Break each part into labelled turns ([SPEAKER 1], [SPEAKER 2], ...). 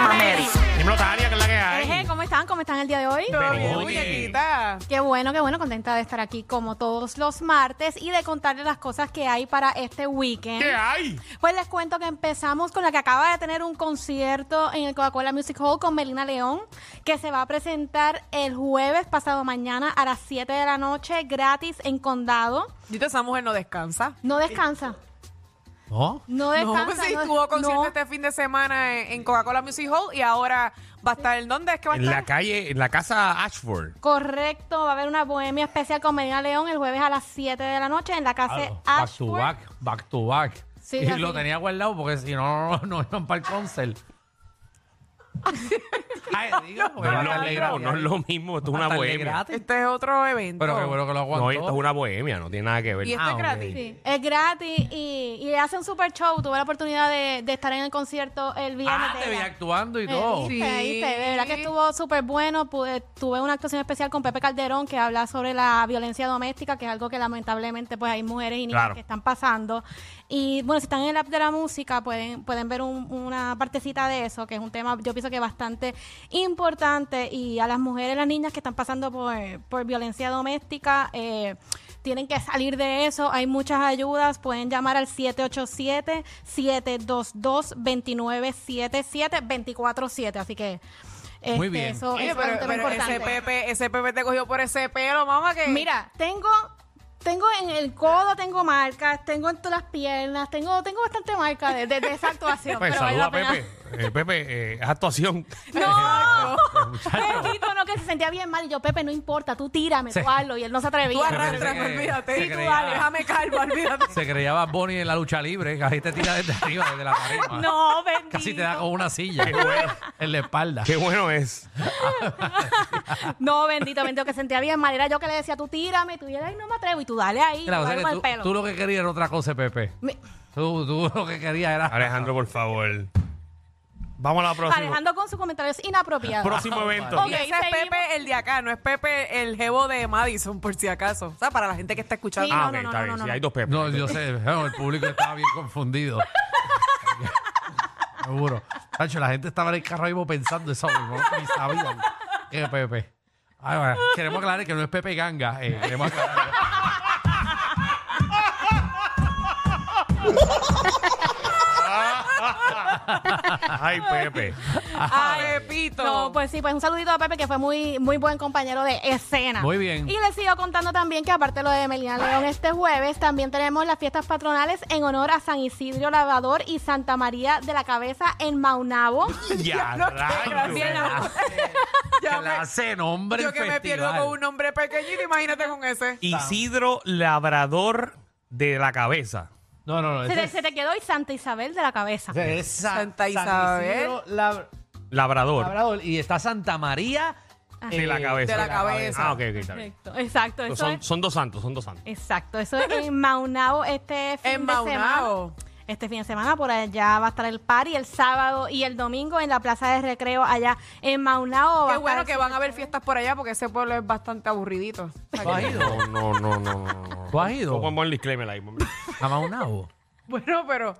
[SPEAKER 1] Mameri. Dímelo, Tania, que es la que
[SPEAKER 2] Eje,
[SPEAKER 1] hay.
[SPEAKER 2] ¿Cómo están? ¿Cómo están el día de hoy?
[SPEAKER 1] Oye.
[SPEAKER 3] muñequita.
[SPEAKER 2] Qué bueno, qué bueno, contenta de estar aquí como todos los martes y de contarles las cosas que hay para este weekend.
[SPEAKER 1] ¿Qué hay?
[SPEAKER 2] Pues les cuento que empezamos con la que acaba de tener un concierto en el Coca-Cola Music Hall con Melina León, que se va a presentar el jueves pasado mañana a las 7 de la noche, gratis en Condado.
[SPEAKER 3] Dite, esa mujer no descansa.
[SPEAKER 2] No descansa,
[SPEAKER 1] No.
[SPEAKER 2] no
[SPEAKER 3] No,
[SPEAKER 2] descansa.
[SPEAKER 3] pues sí,
[SPEAKER 2] no-
[SPEAKER 3] tuvo concierto
[SPEAKER 2] no.
[SPEAKER 3] este fin de semana en, en Coca-Cola Music Hall y ahora va a estar en dónde es que va a
[SPEAKER 1] En la
[SPEAKER 3] estar.
[SPEAKER 1] calle, en la casa Ashford.
[SPEAKER 2] Correcto, va a haber una bohemia especial con Melina León el jueves a las 7 de la noche en la casa
[SPEAKER 4] Claro, back to
[SPEAKER 2] Ashford.
[SPEAKER 4] back, back to back.
[SPEAKER 2] Sí,
[SPEAKER 4] y
[SPEAKER 2] así.
[SPEAKER 4] lo tenía guardado porque si no, no iban para el concert. Ay, digo, porque
[SPEAKER 1] No
[SPEAKER 4] va a
[SPEAKER 1] es lo
[SPEAKER 4] estar
[SPEAKER 1] mismo,
[SPEAKER 4] gratis.
[SPEAKER 1] no es lo mismo. Esto es
[SPEAKER 4] Va a
[SPEAKER 1] una
[SPEAKER 4] estarle
[SPEAKER 1] bohemia.
[SPEAKER 4] gratis.
[SPEAKER 3] Este es otro evento.
[SPEAKER 4] Pero qué bueno que lo aguantó.
[SPEAKER 1] No, esto es una bohemia, no tiene nada que ver.
[SPEAKER 3] Y este
[SPEAKER 4] Ah,
[SPEAKER 3] es
[SPEAKER 4] ok.
[SPEAKER 3] gratis.
[SPEAKER 2] Sí, es gratis y, y hace un super show. Tuve la oportunidad de, de estar en el concierto el viernes.
[SPEAKER 4] Ah,
[SPEAKER 2] de
[SPEAKER 4] te vi
[SPEAKER 2] ella.
[SPEAKER 4] actuando y
[SPEAKER 2] Me
[SPEAKER 4] todo.
[SPEAKER 2] viste,
[SPEAKER 3] Sí.
[SPEAKER 2] viste, de verdad que estuvo súper bueno. Pude- tuve una actuación especial con Pepe Calderón que habla sobre la violencia doméstica, que es algo que lamentablemente pues hay mujeres y niñas
[SPEAKER 1] Claro.
[SPEAKER 2] que están pasando. Y bueno, si están en el app de la música pueden, pueden ver un- una partecita de eso, que es un tema yo pienso que bastante importante y a las mujeres, las niñas que están pasando por, por violencia doméstica. eh, tienen que salir de eso, hay muchas ayudas, pueden llamar al 787-722-2977, 24-7, así que este,
[SPEAKER 4] bien.
[SPEAKER 2] eso
[SPEAKER 3] Oye,
[SPEAKER 2] es
[SPEAKER 3] pero,
[SPEAKER 2] un tema
[SPEAKER 3] pero ese,
[SPEAKER 2] importante.
[SPEAKER 3] Pepe, ese Pepe te cogió por ese pelo, mamá, que...
[SPEAKER 2] Mira, tengo tengo en el codo, tengo marcas, tengo en todas las piernas, tengo tengo bastante marca de, de- de esa actuación.
[SPEAKER 1] Pues
[SPEAKER 2] pero vale
[SPEAKER 1] saluda a
[SPEAKER 2] la pena.
[SPEAKER 1] Pepe. Eh, Pepe, eh, es actuación.
[SPEAKER 2] No, Pequito, no, que se sentía bien mal. Y yo, Pepe, no importa, tú tírame,
[SPEAKER 4] Sí.
[SPEAKER 2] tú hazlo. Y él no se atrevía.
[SPEAKER 3] Tú
[SPEAKER 4] arrastra.
[SPEAKER 3] arrastras,
[SPEAKER 4] Parece que
[SPEAKER 3] olvídate.
[SPEAKER 4] se
[SPEAKER 3] Sí, tú
[SPEAKER 4] creía-
[SPEAKER 3] dale, déjame calvo, olvídate.
[SPEAKER 4] Se creía Bad Bunny en la lucha libre, que ahí te tira desde arriba, desde la tarima.
[SPEAKER 2] No, bendito.
[SPEAKER 4] Casi te da con una silla en la espalda.
[SPEAKER 1] Qué bueno es.
[SPEAKER 2] No, bendito, bendito, que sentía bien mal. Era yo que le decía, tú tírame, tú y él, ay, no me atrevo, y tú dale ahí,
[SPEAKER 4] Mira, o sea
[SPEAKER 2] dale
[SPEAKER 4] que
[SPEAKER 2] con el
[SPEAKER 4] tú,
[SPEAKER 2] pelo.
[SPEAKER 4] tú lo que querías era otra cosa, Pepe.
[SPEAKER 2] Mi-
[SPEAKER 4] Tú, tú lo que querías era...
[SPEAKER 1] Alejandro, por favor. Vamos a la próxima.
[SPEAKER 2] Alejandro con sus comentarios inapropiados.
[SPEAKER 1] Próximo evento. Ah,
[SPEAKER 2] Ok,
[SPEAKER 3] Y ese es
[SPEAKER 2] seguimos.
[SPEAKER 3] Pepe el de acá, no es Pepe el jevo de Madison, por si acaso. O sea, para la gente que está escuchando.
[SPEAKER 2] Sí,
[SPEAKER 1] Ah,
[SPEAKER 2] no,
[SPEAKER 1] ok,
[SPEAKER 2] no, no,
[SPEAKER 1] está
[SPEAKER 2] no,
[SPEAKER 1] bien.
[SPEAKER 2] no,
[SPEAKER 1] Sí,
[SPEAKER 2] no.
[SPEAKER 1] hay dos Pepe.
[SPEAKER 4] No, yo sé, bueno, el público estaba bien confundido. Seguro. Tacho, la gente estaba en el carro mismo pensando eso mismo. Ni sabían que es Pepe. Ay, bueno, queremos aclarar que no es Pepe Ganga. eh, queremos aclarar.
[SPEAKER 1] Ay, Pepe.
[SPEAKER 3] Ay, Ah, Pepito.
[SPEAKER 2] No, pues sí, pues un saludito a Pepe que fue muy, muy buen compañero de escena.
[SPEAKER 4] Muy bien.
[SPEAKER 2] Y les sigo contando también que aparte de lo de Melina León este jueves, también tenemos las fiestas patronales en honor a San Isidro Lavador y Santa María de la Cabeza en Maunabo.
[SPEAKER 1] Ya,
[SPEAKER 3] no, qué
[SPEAKER 1] rayos.
[SPEAKER 3] gracia. Ya me-
[SPEAKER 4] Clase, nombre,
[SPEAKER 3] Yo que me pierdo
[SPEAKER 4] festival.
[SPEAKER 3] con un nombre pequeñito, imagínate con ese.
[SPEAKER 1] Isidro Labrador de la Cabeza.
[SPEAKER 4] No, no, no.
[SPEAKER 2] se, te,
[SPEAKER 4] ese
[SPEAKER 2] se te quedó y Santa Isabel de la Cabeza.
[SPEAKER 4] es- ese es San-
[SPEAKER 3] Santa
[SPEAKER 4] San
[SPEAKER 3] Isabel.
[SPEAKER 4] Isidro Lab-
[SPEAKER 1] Labrador.
[SPEAKER 4] Labrador. Y está Santa María
[SPEAKER 1] De la
[SPEAKER 4] eh,
[SPEAKER 1] cabeza.
[SPEAKER 3] de la cabeza.
[SPEAKER 1] Ah, ok, ok, está bien.
[SPEAKER 2] Exacto, exacto. Eso
[SPEAKER 1] Son,
[SPEAKER 2] es.
[SPEAKER 1] son dos santos, son dos santos.
[SPEAKER 2] Exacto, eso es en Maunao este fin
[SPEAKER 3] En
[SPEAKER 2] de
[SPEAKER 3] Maunao.
[SPEAKER 2] semana. Este fin de semana por allá va a estar el party el sábado y el domingo en la plaza de recreo allá en Maunao. Va a
[SPEAKER 3] Qué bueno
[SPEAKER 2] estar
[SPEAKER 3] que van a haber fiestas por allá porque ese pueblo es bastante aburridito. O sea
[SPEAKER 4] ¿Tú has
[SPEAKER 3] que-
[SPEAKER 4] ido?
[SPEAKER 1] No, no, no, no, no, no.
[SPEAKER 4] ¿Tú has ido?
[SPEAKER 1] No pongo el disclaimer ahí. ponme.
[SPEAKER 4] A Maunabo.
[SPEAKER 3] bueno, pero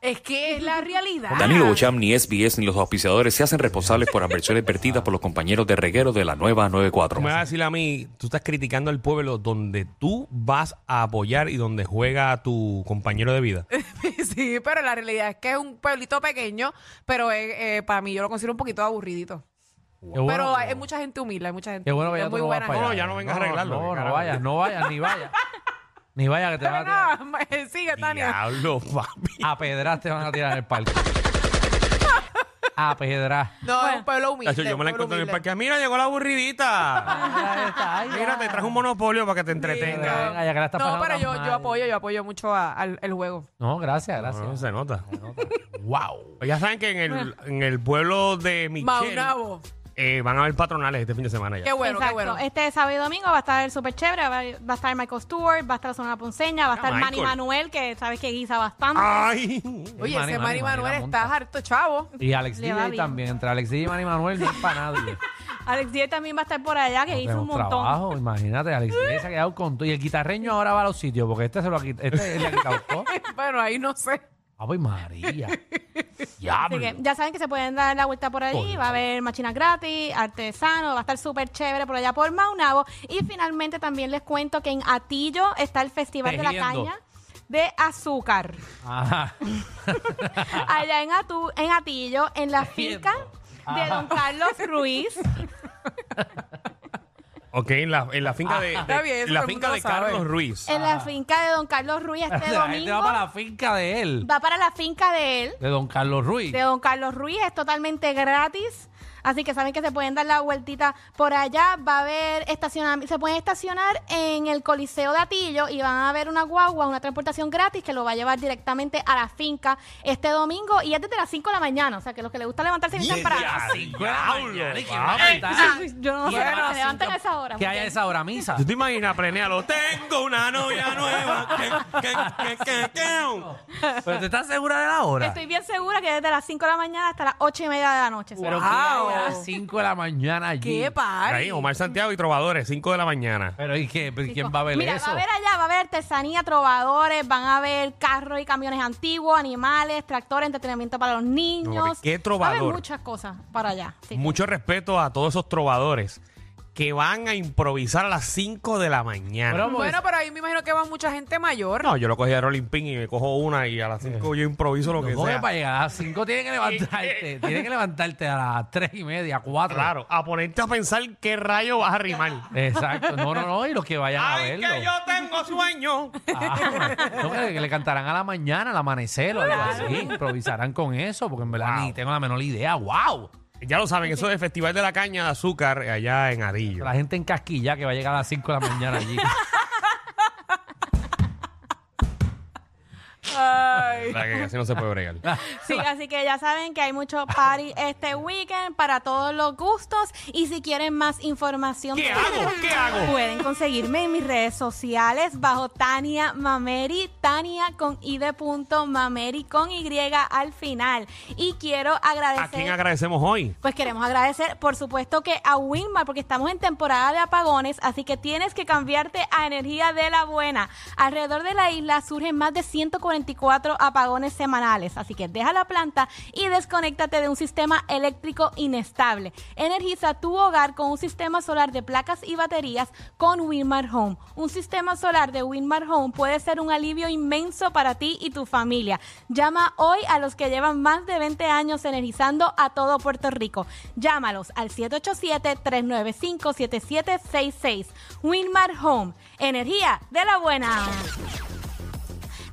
[SPEAKER 3] es que es la realidad.
[SPEAKER 5] Danilo Bocham, ni SBS, ni los auspiciadores se hacen responsables por adversiones vertidas por los compañeros de reguero de la nueva 94.
[SPEAKER 1] Tú me vas a decir a mí, tú estás criticando al pueblo donde tú vas a apoyar y donde juega tu compañero de vida.
[SPEAKER 3] sí, pero la realidad es que es un pueblito pequeño, pero es, eh, para mí yo lo considero un poquito aburridito.
[SPEAKER 4] Qué bueno
[SPEAKER 3] pero
[SPEAKER 4] que-
[SPEAKER 3] hay, hay mucha gente humilde, hay mucha gente.
[SPEAKER 4] Qué bueno que ya
[SPEAKER 3] humilde,
[SPEAKER 4] tú
[SPEAKER 3] muy
[SPEAKER 4] no vas
[SPEAKER 3] buena
[SPEAKER 4] para
[SPEAKER 1] No,
[SPEAKER 4] allá.
[SPEAKER 1] no, ya no vengas a arreglarlo,
[SPEAKER 4] No,
[SPEAKER 1] que
[SPEAKER 4] no
[SPEAKER 1] carajo.
[SPEAKER 4] vayas, no vayas, ni vayas. Ni vayas que te van a tirar.
[SPEAKER 3] gente. Nada, eh, sigue, Tania.
[SPEAKER 1] Diablo, papi.
[SPEAKER 4] A pedras te van a tirar en el parque. a pedra.
[SPEAKER 3] No, es un pueblo humilde.
[SPEAKER 1] Tacho, yo me la
[SPEAKER 3] un
[SPEAKER 1] encuentro
[SPEAKER 3] pueblo
[SPEAKER 1] en el
[SPEAKER 3] humilde.
[SPEAKER 1] parque. Mira, llegó la aburridita.
[SPEAKER 4] Ahí está, ahí
[SPEAKER 1] Mira, te
[SPEAKER 4] está.
[SPEAKER 1] trajo un monopolio para que te
[SPEAKER 3] Sí,
[SPEAKER 4] Venga,
[SPEAKER 1] entretenga.
[SPEAKER 3] no.
[SPEAKER 4] venga, ya que la estás
[SPEAKER 3] No,
[SPEAKER 4] pasando
[SPEAKER 3] pero
[SPEAKER 4] tan
[SPEAKER 3] yo,
[SPEAKER 4] mal.
[SPEAKER 3] yo apoyo, yo apoyo mucho a- al el juego.
[SPEAKER 4] No, gracias, gracias.
[SPEAKER 1] No, Ah, se nota.
[SPEAKER 4] Wow.
[SPEAKER 1] Pues ya saben que en el, en el pueblo de Michelle
[SPEAKER 3] Maunabo.
[SPEAKER 1] eh, van a haber patronales este fin de semana ya.
[SPEAKER 3] Qué bueno,
[SPEAKER 2] Exacto.
[SPEAKER 3] qué bueno.
[SPEAKER 2] Este sábado y domingo va a estar súper chévere. Va va a estar Michael Stewart, va a estar Sonora Ponceña, va a
[SPEAKER 1] Mira,
[SPEAKER 2] estar Manny
[SPEAKER 1] Michael.
[SPEAKER 2] Manuel, que sabes que guisa bastante.
[SPEAKER 1] Ay,
[SPEAKER 3] Oye,
[SPEAKER 4] Manny, Manny,
[SPEAKER 3] ese Manny
[SPEAKER 4] Manny la
[SPEAKER 3] Manuel
[SPEAKER 4] monta.
[SPEAKER 3] está harto, chavo.
[SPEAKER 4] Y Alex
[SPEAKER 2] Le va
[SPEAKER 4] DJ
[SPEAKER 2] bien.
[SPEAKER 4] también. Entre Alex DJ y Manny Manuel, no es para nadie.
[SPEAKER 2] Alex Díez también va a estar por allá, que hizo
[SPEAKER 4] Tenemos
[SPEAKER 2] un montón.
[SPEAKER 4] trabajo, imagínate. Alex DJ se ha quedado con todo. Y el guitarreño ahora va a los sitios, porque este se lo ha quitado. Este le ha quitado todo.
[SPEAKER 3] Bueno, ahí no sé.
[SPEAKER 4] Ay, María.
[SPEAKER 2] Así
[SPEAKER 4] Diablo.
[SPEAKER 2] que ya saben que se pueden dar la vuelta por allí, va a haber machinas gratis, artesanos, va a estar súper chévere por allá por Maunabo. Y finalmente también les cuento que en Atillo está el Festival de la
[SPEAKER 4] Tejiendo.
[SPEAKER 2] Caña de Azúcar.
[SPEAKER 4] Ajá.
[SPEAKER 2] Allá en, Atu- en Atillo, en la finca de
[SPEAKER 4] Ajá.
[SPEAKER 2] don Carlos Ruiz.
[SPEAKER 1] ok, en la, en la finca de, de-
[SPEAKER 3] Ah. Está bien, eso
[SPEAKER 1] en la
[SPEAKER 3] todo el
[SPEAKER 1] finca
[SPEAKER 3] mundo
[SPEAKER 1] de
[SPEAKER 3] lo sabe.
[SPEAKER 1] Carlos Ruiz.
[SPEAKER 2] En la finca de don Carlos Ruiz
[SPEAKER 4] Ah. La
[SPEAKER 2] este
[SPEAKER 4] gente
[SPEAKER 2] domingo.
[SPEAKER 4] va para la finca de él,
[SPEAKER 2] Va para la finca de él.
[SPEAKER 4] de don Carlos Ruiz.
[SPEAKER 2] de Don Carlos Ruiz. Es totalmente gratis. Así que saben que se pueden dar la vueltita por allá. Va a haber estacionamiento. Se pueden estacionar en el Coliseo de Atillo y van a haber una guagua, una transportación gratis que lo va a llevar directamente a la finca este domingo. Y es desde las 5 de la mañana. O sea, que los que les gusta levantarse bien temprano.
[SPEAKER 4] Cinco de la mañana, y que va a
[SPEAKER 1] papi.
[SPEAKER 4] apretar.
[SPEAKER 2] Yo no sé,
[SPEAKER 4] Bueno,
[SPEAKER 2] se levantan
[SPEAKER 4] cinco-
[SPEAKER 2] a esa hora.
[SPEAKER 4] Que haya esa hora misa.
[SPEAKER 1] ¿Tú te imaginas, prenéalo? Tengo una novia nueva. Que- que- que- que- que-
[SPEAKER 4] Pero tú estás segura de la hora.
[SPEAKER 2] Estoy bien segura que desde las 5 de la mañana hasta las 8 y media de la noche.
[SPEAKER 4] Pero que
[SPEAKER 3] Wow.
[SPEAKER 4] haya a las 5 de la mañana allí.
[SPEAKER 3] Qué
[SPEAKER 1] Ahí,
[SPEAKER 3] party.
[SPEAKER 1] Omar Santiago y Trovadores, 5 de la mañana.
[SPEAKER 4] Pero ¿y qué? ¿Pero quién va a ver
[SPEAKER 2] Mira,
[SPEAKER 4] eso?
[SPEAKER 2] va a haber allá, va a haber artesanía, trovadores, van a haber carros y camiones antiguos, animales, tractores, entretenimiento para los niños.
[SPEAKER 1] ¿qué
[SPEAKER 2] Va a
[SPEAKER 1] trovador?
[SPEAKER 2] haber muchas cosas para allá. sí.
[SPEAKER 1] Mucho respeto a todos esos trovadores que van a improvisar a las 5 de la mañana.
[SPEAKER 4] Pero-
[SPEAKER 3] Bueno, pero ahí me imagino que va mucha gente mayor.
[SPEAKER 1] no, yo lo cogí a Rolling Pin y me cojo una y a las 5 yo improviso lo que
[SPEAKER 4] ¿Cómo que
[SPEAKER 1] sea.
[SPEAKER 4] para llegar a las 5 tiene que levantarte? tiene que levantarte a las 3 y media, 4.
[SPEAKER 1] Claro, a ponerte a pensar qué rayo vas a rimar.
[SPEAKER 4] Exacto. No, no, no. Y los que vayan a
[SPEAKER 1] ¡Ay,
[SPEAKER 4] verlo.
[SPEAKER 1] que yo tengo sueño!
[SPEAKER 4] Ah, no, que, que le cantarán a la mañana, al amanecer o algo así. Improvisarán con eso, porque en verdad
[SPEAKER 1] Wow.
[SPEAKER 4] ni tengo la menor idea. ¡Wow!
[SPEAKER 1] Ya lo saben, eso es Festival de la Caña de Azúcar eh, allá en Arillo.
[SPEAKER 4] La gente en casquilla que va a llegar a las 5 de la mañana allí.
[SPEAKER 3] Ay.
[SPEAKER 1] La que así no se puede bregar.
[SPEAKER 2] Sí, así que ya saben que hay mucho party este weekend para todos los gustos. Y si quieren más información,
[SPEAKER 1] ¿Qué hago? ¿Qué hago?
[SPEAKER 2] pueden conseguirme en mis redes sociales bajo Tania Mameri, Tania con i de punto, Mameri con Y al final. Y quiero agradecer.
[SPEAKER 1] ¿A quién agradecemos hoy?
[SPEAKER 2] Pues queremos agradecer, por supuesto, que a Winmar, porque estamos en temporada de apagones, así que tienes que cambiarte a energía de la buena. Alrededor de la isla surgen más de 144 apagones semanales, así que deja la planta y desconéctate de un sistema eléctrico inestable. Energiza tu hogar con un sistema solar de placas y baterías con Winmar Home. Un sistema solar de Winmar Home puede ser un alivio inmenso para ti y tu familia. Llama hoy a los que llevan más de 20 años energizando a todo Puerto Rico. Llámalos al 787-395-7766. Winmar Home, energía de la buena.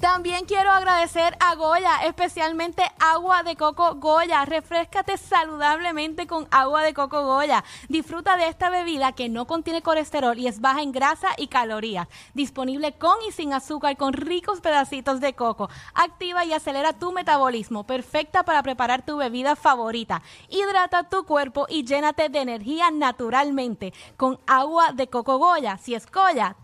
[SPEAKER 2] También quiero agradecer a Goya, especialmente agua de coco Goya. Refrescate saludablemente con agua de coco Goya. Disfruta de esta bebida que no contiene colesterol y es baja en grasa y calorías. Disponible con y sin azúcar con ricos pedacitos de coco. Activa y acelera tu metabolismo. Perfecta para preparar tu bebida favorita. Hidrata tu cuerpo y llénate de energía naturalmente con agua de coco Goya. Si es Goya,